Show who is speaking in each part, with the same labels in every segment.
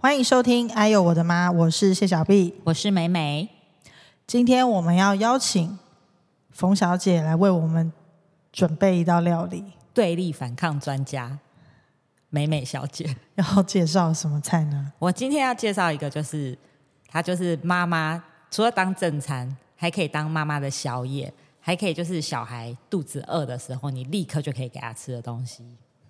Speaker 1: 欢迎收听《哎呦我的妈》，我是谢小碧。
Speaker 2: 我是美美，
Speaker 1: 今天我们要邀请冯小姐来为我们准备一道料理，
Speaker 2: 对立反抗专家美美小姐。
Speaker 1: 要介绍什么菜呢？
Speaker 2: 我今天要介绍一个，就是她就是妈妈，除了当正餐，还可以当妈妈的宵夜，还可以就是小孩肚子饿的时候，你立刻就可以给他吃的东西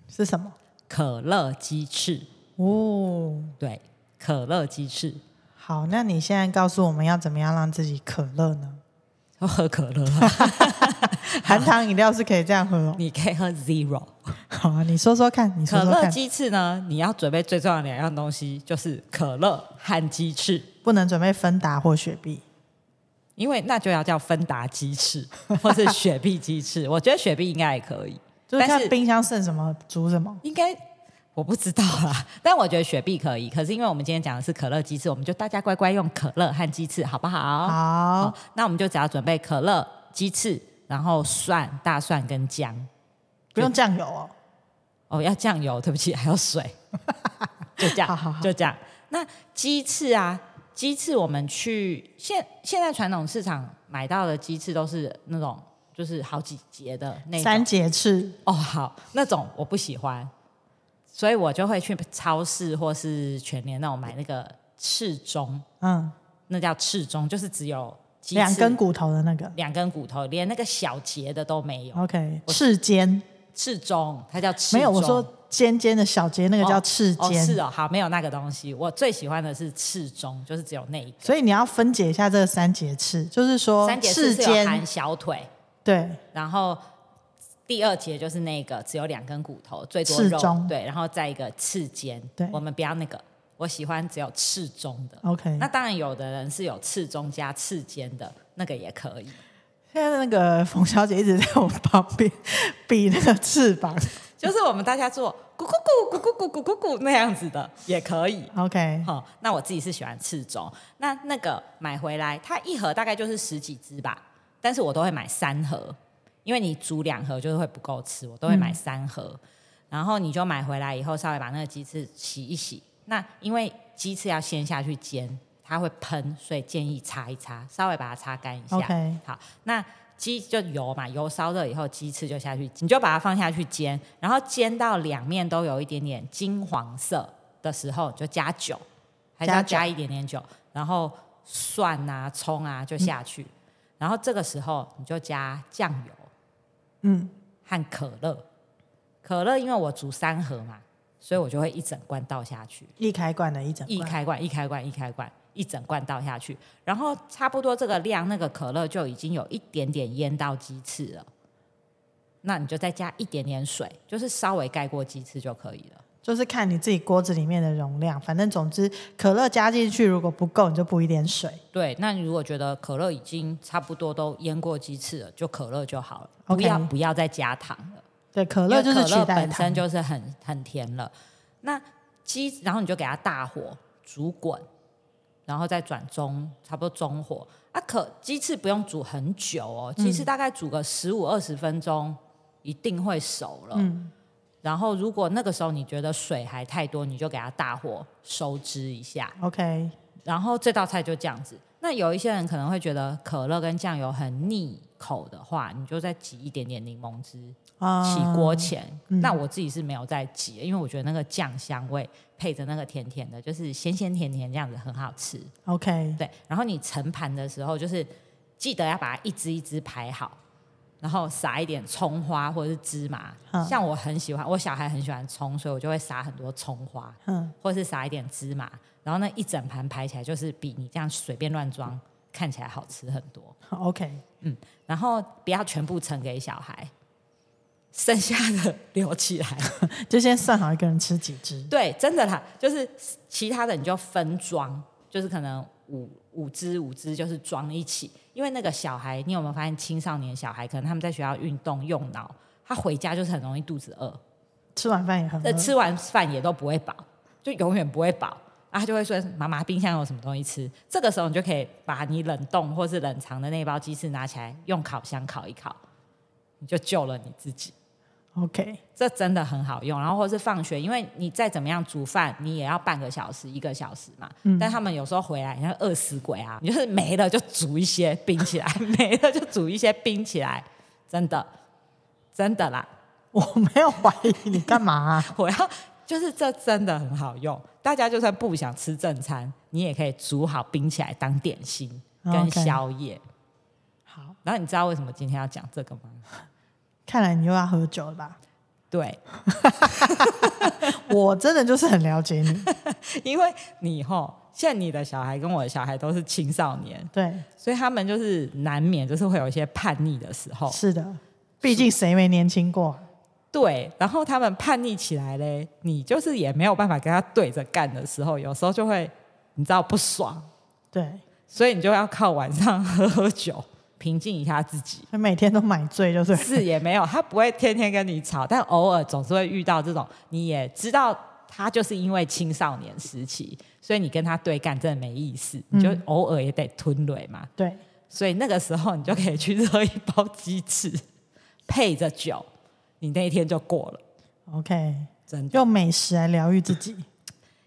Speaker 1: 是什么？
Speaker 2: ——可乐鸡翅。
Speaker 1: 哦，
Speaker 2: 对，可乐鸡翅，
Speaker 1: 好，那你现在告诉我们要怎么样让自己可乐呢？
Speaker 2: 要喝可乐，
Speaker 1: 含糖饮料是可以这样喝哦。
Speaker 2: 你可以喝 Zero。
Speaker 1: 好啊，你说说看，你说
Speaker 2: 可
Speaker 1: 说
Speaker 2: 乐
Speaker 1: 看，
Speaker 2: 鸡翅呢，你要准备最重要的两样东西，就是可乐和鸡翅。
Speaker 1: 不能准备芬达或雪碧。
Speaker 2: 因为那就要叫芬达鸡翅 或是雪碧鸡翅，我觉得雪碧应该也可以，
Speaker 1: 就是
Speaker 2: 但
Speaker 1: 看
Speaker 2: 是
Speaker 1: 冰箱剩什么煮什么，
Speaker 2: 应该我不知道啦， 但我觉得雪碧可以。可是因为我们今天讲的是可乐鸡翅，我们就大家乖乖用可乐和鸡翅，好不好？
Speaker 1: 好，
Speaker 2: 那我们就只要准备可乐、鸡翅，然后蒜、大蒜跟姜。
Speaker 1: 不用酱油哦。
Speaker 2: 哦，要酱油，对不起，还 有水，就这样，
Speaker 1: 好好好
Speaker 2: 就这样。那鸡翅啊，鸡翅我们去现现在传统市场买到的鸡翅都是那种就是好几节的那种
Speaker 1: 三节翅，
Speaker 2: 哦，好那种我不喜欢，所以我就会去超市或是全联那种买那个翅中，
Speaker 1: 嗯，
Speaker 2: 那叫翅中，就是只有鸡翅
Speaker 1: 两根骨头的那个。
Speaker 2: 两根骨头，连那个小节的都没有。
Speaker 1: OK，
Speaker 2: 我
Speaker 1: 翅尖
Speaker 2: 翅中它叫翅中，
Speaker 1: 没有，我说尖尖的小节那个叫
Speaker 2: 哦
Speaker 1: 翅
Speaker 2: 哦，
Speaker 1: 尖。
Speaker 2: 是哦，好，没有那个东西。我最喜欢的是翅中，就是只有那一个。
Speaker 1: 所以你要分解一下这个三节翅，就是说
Speaker 2: 三节翅
Speaker 1: 翅
Speaker 2: 是有含
Speaker 1: 尖，
Speaker 2: 小腿，
Speaker 1: 对，
Speaker 2: 然后第二节就是那个只有两根骨头，最多
Speaker 1: 翅
Speaker 2: 肉
Speaker 1: 中
Speaker 2: 对，然后再一个翅尖。
Speaker 1: 对
Speaker 2: 我们不要那个，我喜欢只有翅中的。
Speaker 1: OK
Speaker 2: 那当然，有的人是有翅中加翅尖的，那个也可以。
Speaker 1: 现在那个 冯小姐一直在我旁边比那个翅膀
Speaker 2: 就是我们大家做咕咕咕咕咕咕咕咕咕那样子的也可以。
Speaker 1: ，OK，
Speaker 2: 好、那我自己是喜欢赤中，那那个买回来，它一盒大概就是十几只吧，但是我都会买三盒，因为你煮两盒就是会不够吃，我都会买三盒。然后你就买回来以后，稍微把那个鸡翅洗一洗。那因为鸡翅要先下去煎，它会喷，所以建议擦一擦，稍微把它擦干一下。
Speaker 1: OK
Speaker 2: 好，那鸡就油嘛，油烧热以后，鸡翅就下去，你就把它放下去煎，然后煎到两面都有一点点金黄色的时候，就加酒，还是要
Speaker 1: 加酒
Speaker 2: 加一点点酒，然后蒜啊、葱啊就下去，然后这个时候你就加酱油
Speaker 1: 嗯，
Speaker 2: 和可乐。可乐因为我煮三盒嘛，所以我就会一整罐倒下去。
Speaker 1: 一开罐的一整
Speaker 2: 一
Speaker 1: 罐，
Speaker 2: 开罐，一开罐，一开罐，一整罐倒下去，然后差不多这个量，那个可乐就已经有一点点淹到鸡翅了。那你就再加一点点水，就是稍微盖过鸡翅就可以了。
Speaker 1: 就是看你自己锅子里面的容量，反正总之可乐加进去如果不够，你就补一点水。
Speaker 2: 对，那你如果觉得可乐已经差不多都淹过鸡翅了，就可乐就好了，不
Speaker 1: OK
Speaker 2: 要不要再加糖了。
Speaker 1: 对，可
Speaker 2: 因
Speaker 1: 乐
Speaker 2: 为
Speaker 1: 就是
Speaker 2: 可
Speaker 1: 取
Speaker 2: 乐
Speaker 1: 代
Speaker 2: 本
Speaker 1: 糖
Speaker 2: 身，就是很很甜了。那鸡，然后你就给它大火煮滚，然后再转中，差不多中火。啊可，鸡翅不用煮很久哦，鸡翅大概煮个十五二十分钟，一定会熟了。
Speaker 1: 嗯，
Speaker 2: 然后如果那个时候你觉得水还太多，你就给它大火收汁一下。
Speaker 1: OK，
Speaker 2: 然后这道菜就这样子。那有一些人可能会觉得可乐跟酱油很腻口的话，你就再挤一点点柠檬汁，
Speaker 1: 啊
Speaker 2: 起锅前，
Speaker 1: 嗯
Speaker 2: 那我自己是没有在挤，因为我觉得那个酱香味配着那个甜甜的，就是咸咸甜甜这样子很好吃。
Speaker 1: ，OK，
Speaker 2: 对，然后你盛盘的时候，就是记得要把它一只一只排好，然后撒一点葱花或者是芝麻。
Speaker 1: 嗯
Speaker 2: 像我很喜欢，我小孩很喜欢葱，所以我就会撒很多葱花，
Speaker 1: 嗯，
Speaker 2: 或是撒一点芝麻。然后那一整盘排起来，就是比你这样随便乱装看起来好吃很多。
Speaker 1: 好 OK，
Speaker 2: 然后不要全部盛给小孩，剩下的留起来。
Speaker 1: 就先算好一个人吃几只。
Speaker 2: 对，真的啦，就是其他的你就分装，就是可能五五只五只就是装一起，因为那个小孩，你有没有发现青少年小孩可能他们在学校运动用脑，他回家就是很容易肚子饿，
Speaker 1: 吃完饭也很
Speaker 2: 那
Speaker 1: 饿，
Speaker 2: 吃完饭也都不会饱，就永远不会饱。啊，他就会说：“妈妈，冰箱有什么东西吃？”这个时候你就可以把你冷冻或是冷藏的那包鸡翅拿起来，用烤箱烤一烤，你就救了你自己。
Speaker 1: OK，
Speaker 2: 这真的很好用。然后或是放学，因为你再怎么样煮饭，你也要半个小时、一个小时嘛。但他们有时候回来，你像饿死鬼啊，你就是没了就煮一些冰起来， 没了就煮一些冰起来，真的，真的啦，
Speaker 1: 我没有怀疑你干嘛啊、
Speaker 2: 我要。就是这真的很好用，大家就算不想吃正餐，你也可以煮好冰起来当点心跟
Speaker 1: OK
Speaker 2: 宵夜。
Speaker 1: 好，
Speaker 2: 然后你知道为什么今天要讲这个吗？
Speaker 1: 看来你又要喝酒了 吧？
Speaker 2: 对，
Speaker 1: 我真的就是很了解你，
Speaker 2: 因为你吼，现在你的小孩跟我的小孩都是青少年，
Speaker 1: 对，
Speaker 2: 所以他们就是难免就是会有一些叛逆的时候。
Speaker 1: 是的，毕竟谁没年轻过啊？
Speaker 2: 对，然后他们叛逆起来嘞，你就是也没有办法跟他对着干的时候，有时候就会你知道不爽，
Speaker 1: 对，
Speaker 2: 所以你就要靠晚上喝喝酒 平静一下自己。
Speaker 1: 所以每天都买醉就是了
Speaker 2: 是也没有，他不会天天跟你吵，但偶尔总是会遇到这种，你也知道他就是因为青少年时期，所以你跟他对干真的没意思，你就
Speaker 1: 嗯
Speaker 2: 偶尔也得吞蕊嘛。
Speaker 1: 对，
Speaker 2: 所以那个时候你就可以去热一包鸡翅，配着酒，你那一天就过了，
Speaker 1: OK，
Speaker 2: 真的
Speaker 1: 用美食来疗愈自己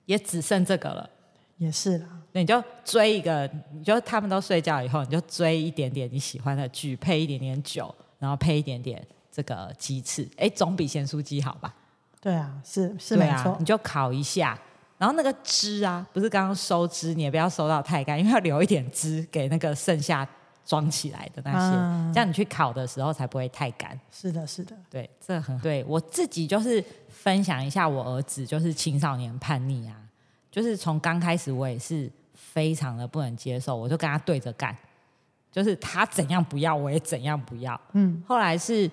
Speaker 2: 也只剩这个了。
Speaker 1: 也是啦。
Speaker 2: 那你就追一个，你就他们都睡觉以后，你就追一点点你喜欢的剧，配一点点酒，然后配一点点这个鸡翅，哎，总比咸酥鸡好吧？
Speaker 1: 对啊，是是
Speaker 2: 对
Speaker 1: 没错
Speaker 2: 啊，，你就烤一下。然后那个汁啊，不是刚刚收汁，你也不要收到太干，因为要留一点汁给那个剩下装起来的那些，
Speaker 1: 嗯
Speaker 2: 这样你去烤的时候才不会太干。
Speaker 1: 是的，是的，
Speaker 2: 对，这很对我自己就是分享一下我儿子就是青少年叛逆啊，就是从刚开始我也是非常的不能接受，我就跟他对着干，就是他怎样不要我也怎样不要。
Speaker 1: 嗯，
Speaker 2: 后来是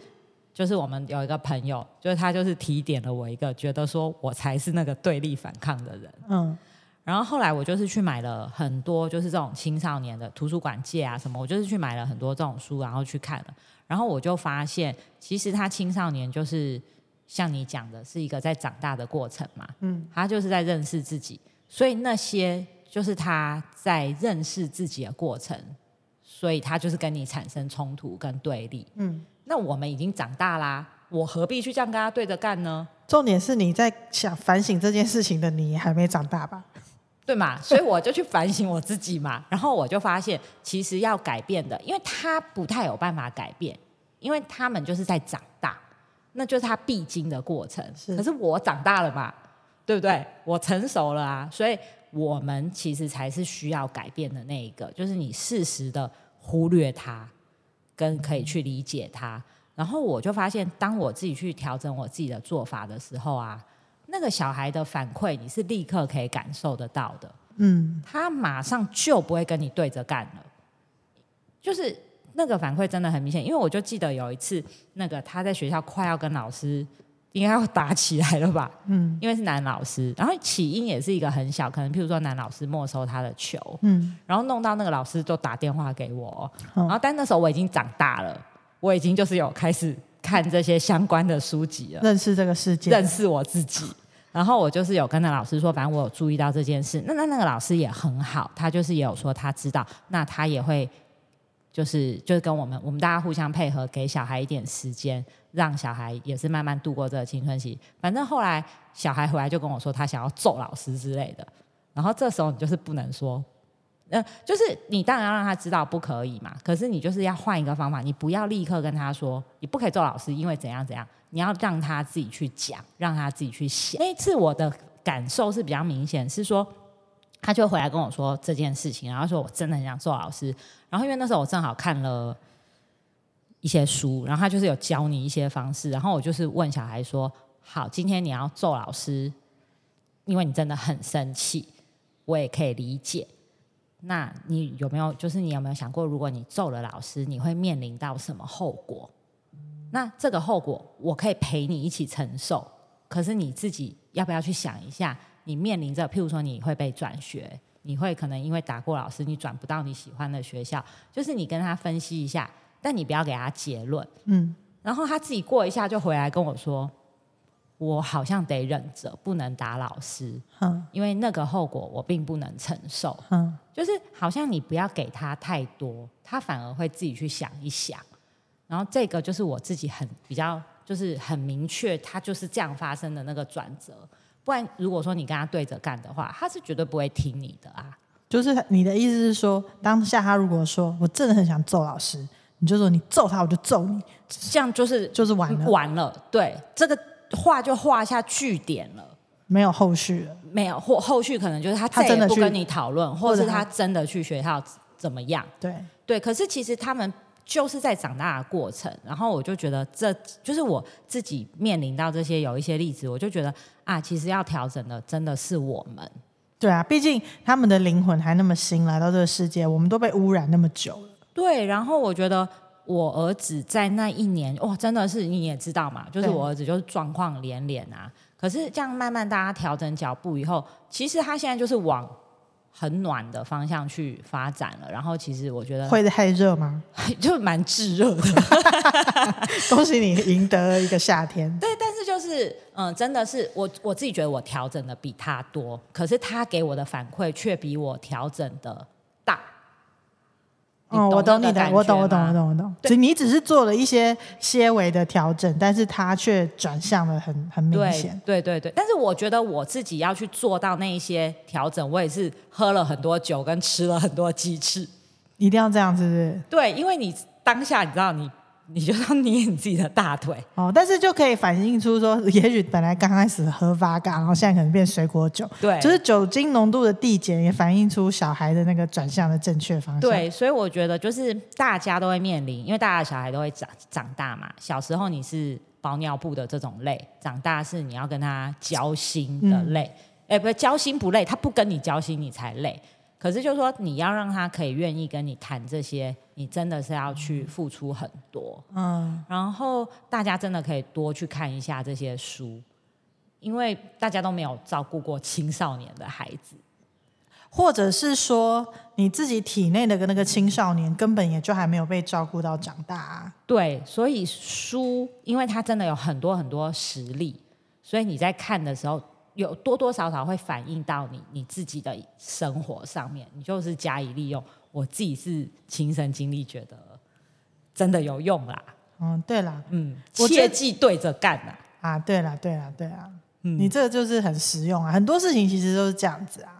Speaker 2: 就是我们有一个朋友，就是他就是提点了我一个，觉得说我才是那个对立反抗的人。
Speaker 1: 嗯，
Speaker 2: 然后后来我就是去买了很多，就是这种青少年的图书馆借啊什么，我就是去买了很多这种书，啊然后去看了，然后我就发现，其实他青少年就是像你讲的，是一个在长大的过程嘛，
Speaker 1: 嗯，
Speaker 2: 他就是在认识自己，所以那些就是他在认识自己的过程，所以他就是跟你产生冲突跟对立，
Speaker 1: 嗯，
Speaker 2: 那我们已经长大啦，我何必去这样跟他对着干呢？
Speaker 1: 重点是你在想反省这件事情的你还没长大吧？
Speaker 2: 对嘛？ 所以我就去反省我自己嘛，然后我就发现，其实要改变的，因为他不太有办法改变，因为他们就是在长大，那就是他必经的过程。
Speaker 1: 是
Speaker 2: 可是我长大了嘛，对不对？我成熟了啊，所以我们其实才是需要改变的那一个，就是你适时的忽略他，跟可以去理解他。然后我就发现，当我自己去调整我自己的做法的时候啊，那个小孩的反馈你是立刻可以感受得到的，
Speaker 1: 嗯，
Speaker 2: 他马上就不会跟你对着干了。就是那个反馈真的很明显，因为我就记得有一次，那个他在学校快要跟老师应该要打起来了吧，
Speaker 1: 嗯，
Speaker 2: 因为是男老师，然后起因也是一个很小，可能譬如说男老师没收他的球，
Speaker 1: 嗯，
Speaker 2: 然后弄到那个老师就打电话给我，
Speaker 1: 嗯
Speaker 2: 然后但那时候我已经长大了，我已经就是有开始看这些相关的书籍了。
Speaker 1: 认识这个世界，
Speaker 2: 认识我自己。然后我就是有跟那老师说，反正我有注意到这件事。那那那个老师也很好，他就是也有说他知道，那他也会就是就是跟我们我们大家互相配合，给小孩一点时间，让小孩也是慢慢度过这个青春期。反正后来小孩回来就跟我说，他想要揍老师之类的。然后这时候你就是不能说，呃，就是你当然要让他知道不可以嘛，可是你就是要换一个方法，你不要立刻跟他说你不可以做老师，因为怎样怎样，你要让他自己去讲，让他自己去想。那一次我的感受是比较明显，是说他就回来跟我说这件事情，然后说我真的很想做老师，然后因为那时候我正好看了。一些书，然后他就是有教你一些方式，然后我就是问小孩说：“好，今天你要揍老师，因为你真的很生气，我也可以理解。那你有没有就是你有没有想过，如果你揍了老师，你会面临到什么后果？那这个后果我可以陪你一起承受，可是你自己要不要去想一下，你面临着，譬如说你会被转学，你会可能因为打过老师，你转不到你喜欢的学校，就是你跟他分析一下，但你不要给他结论。
Speaker 1: 嗯，
Speaker 2: 然后他自己过一下就回来跟我说，我好像得忍着，不能打老师，
Speaker 1: 嗯
Speaker 2: 因为那个后果我并不能承受。
Speaker 1: 嗯，
Speaker 2: 就是好像你不要给他太多，他反而会自己去想一想。然后这个就是我自己很比较，就是很明确，它就是这样发生的那个转折。不然，如果说你跟他对着干的话，他是绝对不会听你的啊。
Speaker 1: 就是你的意思是说，当下他如果说我真的很想揍老师，你就说你揍他，我就揍你，
Speaker 2: 这样就是
Speaker 1: 就是完了，
Speaker 2: 完了，对，这个画就画下句点了。
Speaker 1: 没有后续了。
Speaker 2: 没有，或后续可能就是他
Speaker 1: 他
Speaker 2: 再
Speaker 1: 真
Speaker 2: 也
Speaker 1: 的
Speaker 2: 不
Speaker 1: 去
Speaker 2: 跟你讨论，或
Speaker 1: 或
Speaker 2: 是
Speaker 1: 者
Speaker 2: 他
Speaker 1: 他
Speaker 2: 真的去学校怎么样？
Speaker 1: 对，
Speaker 2: 对，可是其实他们就是在长大的过程，然后我就觉得这就是我自己面临到这些有一些例子，我就觉得啊，其实要调整的真的是我们，
Speaker 1: 对啊，毕竟他们的灵魂还那么新，来到这个世界，我们都被污染那么久了。
Speaker 2: 对，然后我觉得我儿子在那一年，哇，真的是你也知道嘛，就是
Speaker 1: 对
Speaker 2: 我儿子就是状况连连啊。可是这样慢慢大家调整脚步以后，其实他现在就是往很暖的方向去发展了。然后其实我觉得
Speaker 1: 会太热吗？
Speaker 2: 就蛮炙热的，
Speaker 1: 恭喜你赢得了一个夏 天。
Speaker 2: 对，但是就是嗯、呃真的是我我自己觉得我调整的比他多，可是他给我的反馈却比我调整的大。
Speaker 1: 嗯，我懂你
Speaker 2: 的
Speaker 1: 的，
Speaker 2: 感
Speaker 1: 我懂，
Speaker 2: 觉
Speaker 1: 我懂，
Speaker 2: 吗
Speaker 1: 我。懂，我懂。
Speaker 2: 对
Speaker 1: 所以你只是做了一些些微的调整，但是它却转向了很很明显。
Speaker 2: 对对对对，但是我觉得我自己要去做到那一些调整，我也是喝了很多酒跟吃了很多鸡翅。
Speaker 1: 一定要这样，是不是？
Speaker 2: 对，因为你当下你知道你你就要捏你自己的大腿，
Speaker 1: 哦，但是就可以反映出说， 也许本来刚开始喝发嘎，然后现在可能变水果酒，
Speaker 2: 对，
Speaker 1: 就是酒精浓度的递减，也反映出小孩的那个转向的正确方向。，
Speaker 2: 对，所以我觉得就是大家都会面临，因为大家的小孩都会长长大嘛。小时候你是包尿布的这种累，长大是你要跟他交心的累。哎、不是交心不累，他不跟你交心你才累。可是就是说你要让他可以愿意跟你谈这些，你真的是要去付出很多。
Speaker 1: 嗯，
Speaker 2: 然后大家真的可以多去看一下这些书，因为大家都没有照顾过青少年的孩子。
Speaker 1: 或者是说你自己体内的那个青少年根本也就还没有被照顾到长大、啊。
Speaker 2: 对，所以书，因为它真的有很多很多实例，所以你在看的时候，有多多少少会反映到你你自己的生活上面，你就是加以利用。我自己是亲身经历，觉得真的有用啦。
Speaker 1: 嗯，对啦，
Speaker 2: 嗯，
Speaker 1: 我觉
Speaker 2: 切
Speaker 1: 得
Speaker 2: 记对着干呐、
Speaker 1: 啊，对啦，对啦，对啦，
Speaker 2: 嗯
Speaker 1: 你这个就是很实用啊，很多事情其实都是这样子啊。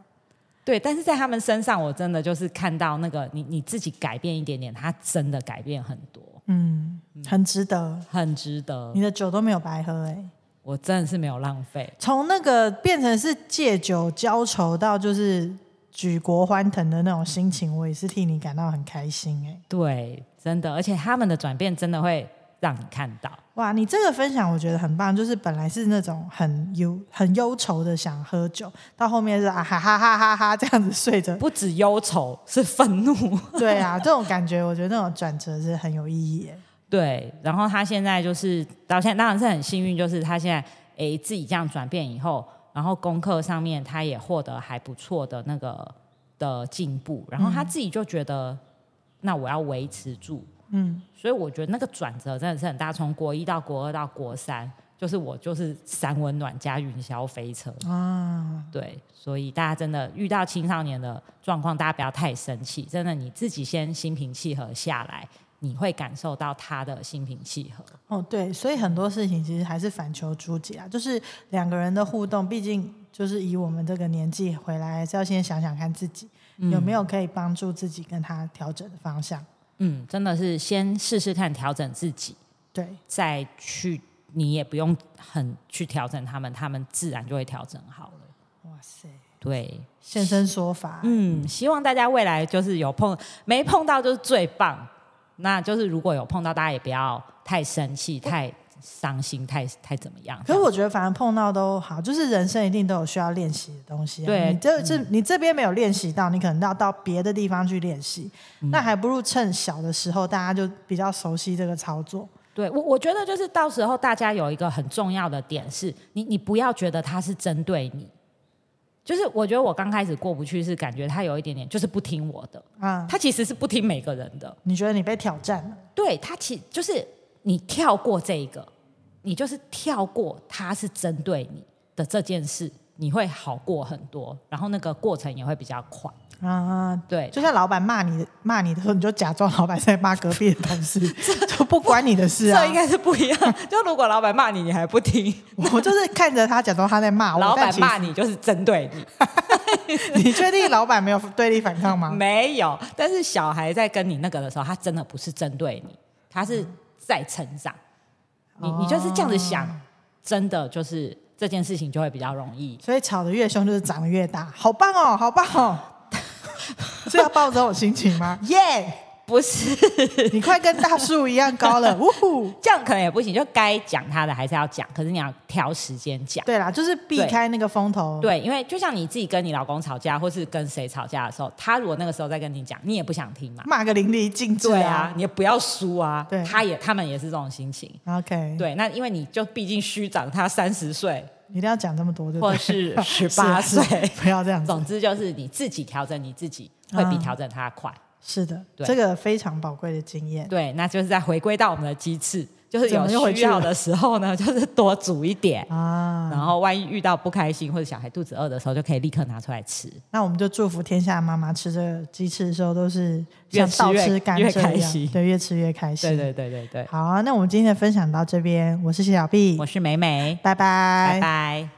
Speaker 2: 对，但是在他们身上，我真的就是看到那个你你自己改变一点点，他真的改变很多，
Speaker 1: 嗯，很值得。
Speaker 2: 很值得
Speaker 1: 你。的酒都没有白喝哎、
Speaker 2: 我真的是没有浪费。
Speaker 1: 从那个变成是借酒浇愁到就是举国欢腾的那种心情，我也是替你感到很开心哎、
Speaker 2: 对，真的，而且他们的转变真的会让你看到。
Speaker 1: 哇，你这个分享我觉得很棒，就是本来是那种很忧很忧愁的想喝酒，到后面是啊哈哈哈哈哈这样子睡着。
Speaker 2: 不止忧愁，是愤怒。
Speaker 1: 对啊，这种感觉我觉得那种转折是很有意义欸耶。
Speaker 2: 对，然后他现在就是到现在，当然是很幸运，就是他现在诶自己这样转变以后，然后功课上面他也获得还不错的那个的进步，然后他自己就觉得，那我要维持住。
Speaker 1: 嗯，
Speaker 2: 所以我觉得那个转折真的是很大，从国一到国二到国三，就是我就是三温暖加云霄飞车。
Speaker 1: 啊，
Speaker 2: 对，所以大家真的遇到青少年的状况，大家不要太生气，真的你自己先心平气和下来，你会感受到他的心平气和。
Speaker 1: 哦对，所以很多事情其实还是反求诸己啊，就是两个人的互动，毕竟就是以我们这个年纪回来，还是要先想想看自己、有没有可以帮助自己跟他调整的方向。
Speaker 2: 嗯，真的是先试试看调整自己，
Speaker 1: 对，
Speaker 2: 再去你也不用很去调整他们，他们自然就会调整好了。
Speaker 1: 哇塞，
Speaker 2: 对，
Speaker 1: 现身说法，
Speaker 2: 嗯，希望大家未来就是有碰没碰到就是最棒，那就是如果有碰到，大家也不要太生气、太伤心、太太怎么样。
Speaker 1: 可是我觉得，反正碰到都好，就是人生一定都有需要练习的东西、啊。
Speaker 2: 对
Speaker 1: 你这这、你这边没有练习到，你可能要到别的地方去练习。那还不如趁小的时候，大家就比较熟悉这个操作。
Speaker 2: 对我，我觉得就是到时候大家有一个很重要的点是，你你不要觉得他是针对你，就是我觉得我刚开始过不去是感觉他有一点点就是不听我的，
Speaker 1: 啊、
Speaker 2: 他其实是不听每个人的，
Speaker 1: 你觉得你被挑战了？
Speaker 2: 对他其就是你跳过这一个，你就是跳过他是针对你的这件事，你会好过很多，然后那个过程也会比较快。
Speaker 1: 啊，
Speaker 2: 对，
Speaker 1: 就像老板骂你骂你的时候，你就假装老板在骂隔壁的同 事，就不关你的事啊
Speaker 2: 这。应该是不一样。就如果老板骂你，你还不听，
Speaker 1: 我就是看着他假装他在骂我，
Speaker 2: 老
Speaker 1: 但
Speaker 2: 板
Speaker 1: 其实
Speaker 2: 骂你就是针对你，
Speaker 1: 你 确定老板没有对立反抗吗？
Speaker 2: 没有。但是小孩在跟你那个的时候，他真的不是针对你，他是在成长。你你就是这样子想，真的就是这件事情就会比较容易。
Speaker 1: 所以吵得越凶就是长得越大，好棒哦，好棒哦！ 是要抱着这种心情吗？耶、
Speaker 2: 不是
Speaker 1: 你快跟大树一样高 了，呜呼！
Speaker 2: 这样可能也不行，就该讲他的还是要讲，可是你要挑时间讲。
Speaker 1: 对啦，就是避开那个风头。
Speaker 2: 对，因为就像你自己跟你老公吵架，或是跟谁吵架的时候，他如果那个时候再跟你讲，你也不想听嘛。
Speaker 1: 骂个淋漓尽致
Speaker 2: 对啊，你也不要输啊。
Speaker 1: 对
Speaker 2: 他也他们也是这种心情。
Speaker 1: 啊！OK，，
Speaker 2: 对，那因为你就毕竟虚长他三十岁，
Speaker 1: 一定要讲这么多就
Speaker 2: 或
Speaker 1: 对，
Speaker 2: 是十八 岁，
Speaker 1: 是是不要这样子。嗯
Speaker 2: 总之就是你自己调整你自己，会比调整他快。
Speaker 1: 是的，
Speaker 2: 对
Speaker 1: 这个非常宝贵的经验。
Speaker 2: 对，那就是再回归到我们的机制，就是
Speaker 1: 怎么又
Speaker 2: 有
Speaker 1: 回
Speaker 2: 需
Speaker 1: 去
Speaker 2: 要
Speaker 1: 了
Speaker 2: 的时候呢， 就是多煮一点。
Speaker 1: 啊，
Speaker 2: 然后万一遇到不开心或者小孩肚子饿的时候，就可以立刻拿出来吃，
Speaker 1: 那我们就祝福天下妈妈吃这个鸡翅的时候都是
Speaker 2: 越
Speaker 1: 像
Speaker 2: 吃
Speaker 1: 倒
Speaker 2: 越
Speaker 1: 吃甘蔗
Speaker 2: 越
Speaker 1: 一样，
Speaker 2: 开心
Speaker 1: 对，越吃越开心。啊
Speaker 2: 对对对对对。
Speaker 1: 好，那我们今天的分享到这边，我是谢小碧
Speaker 2: 我，是美美，
Speaker 1: 拜
Speaker 2: 拜拜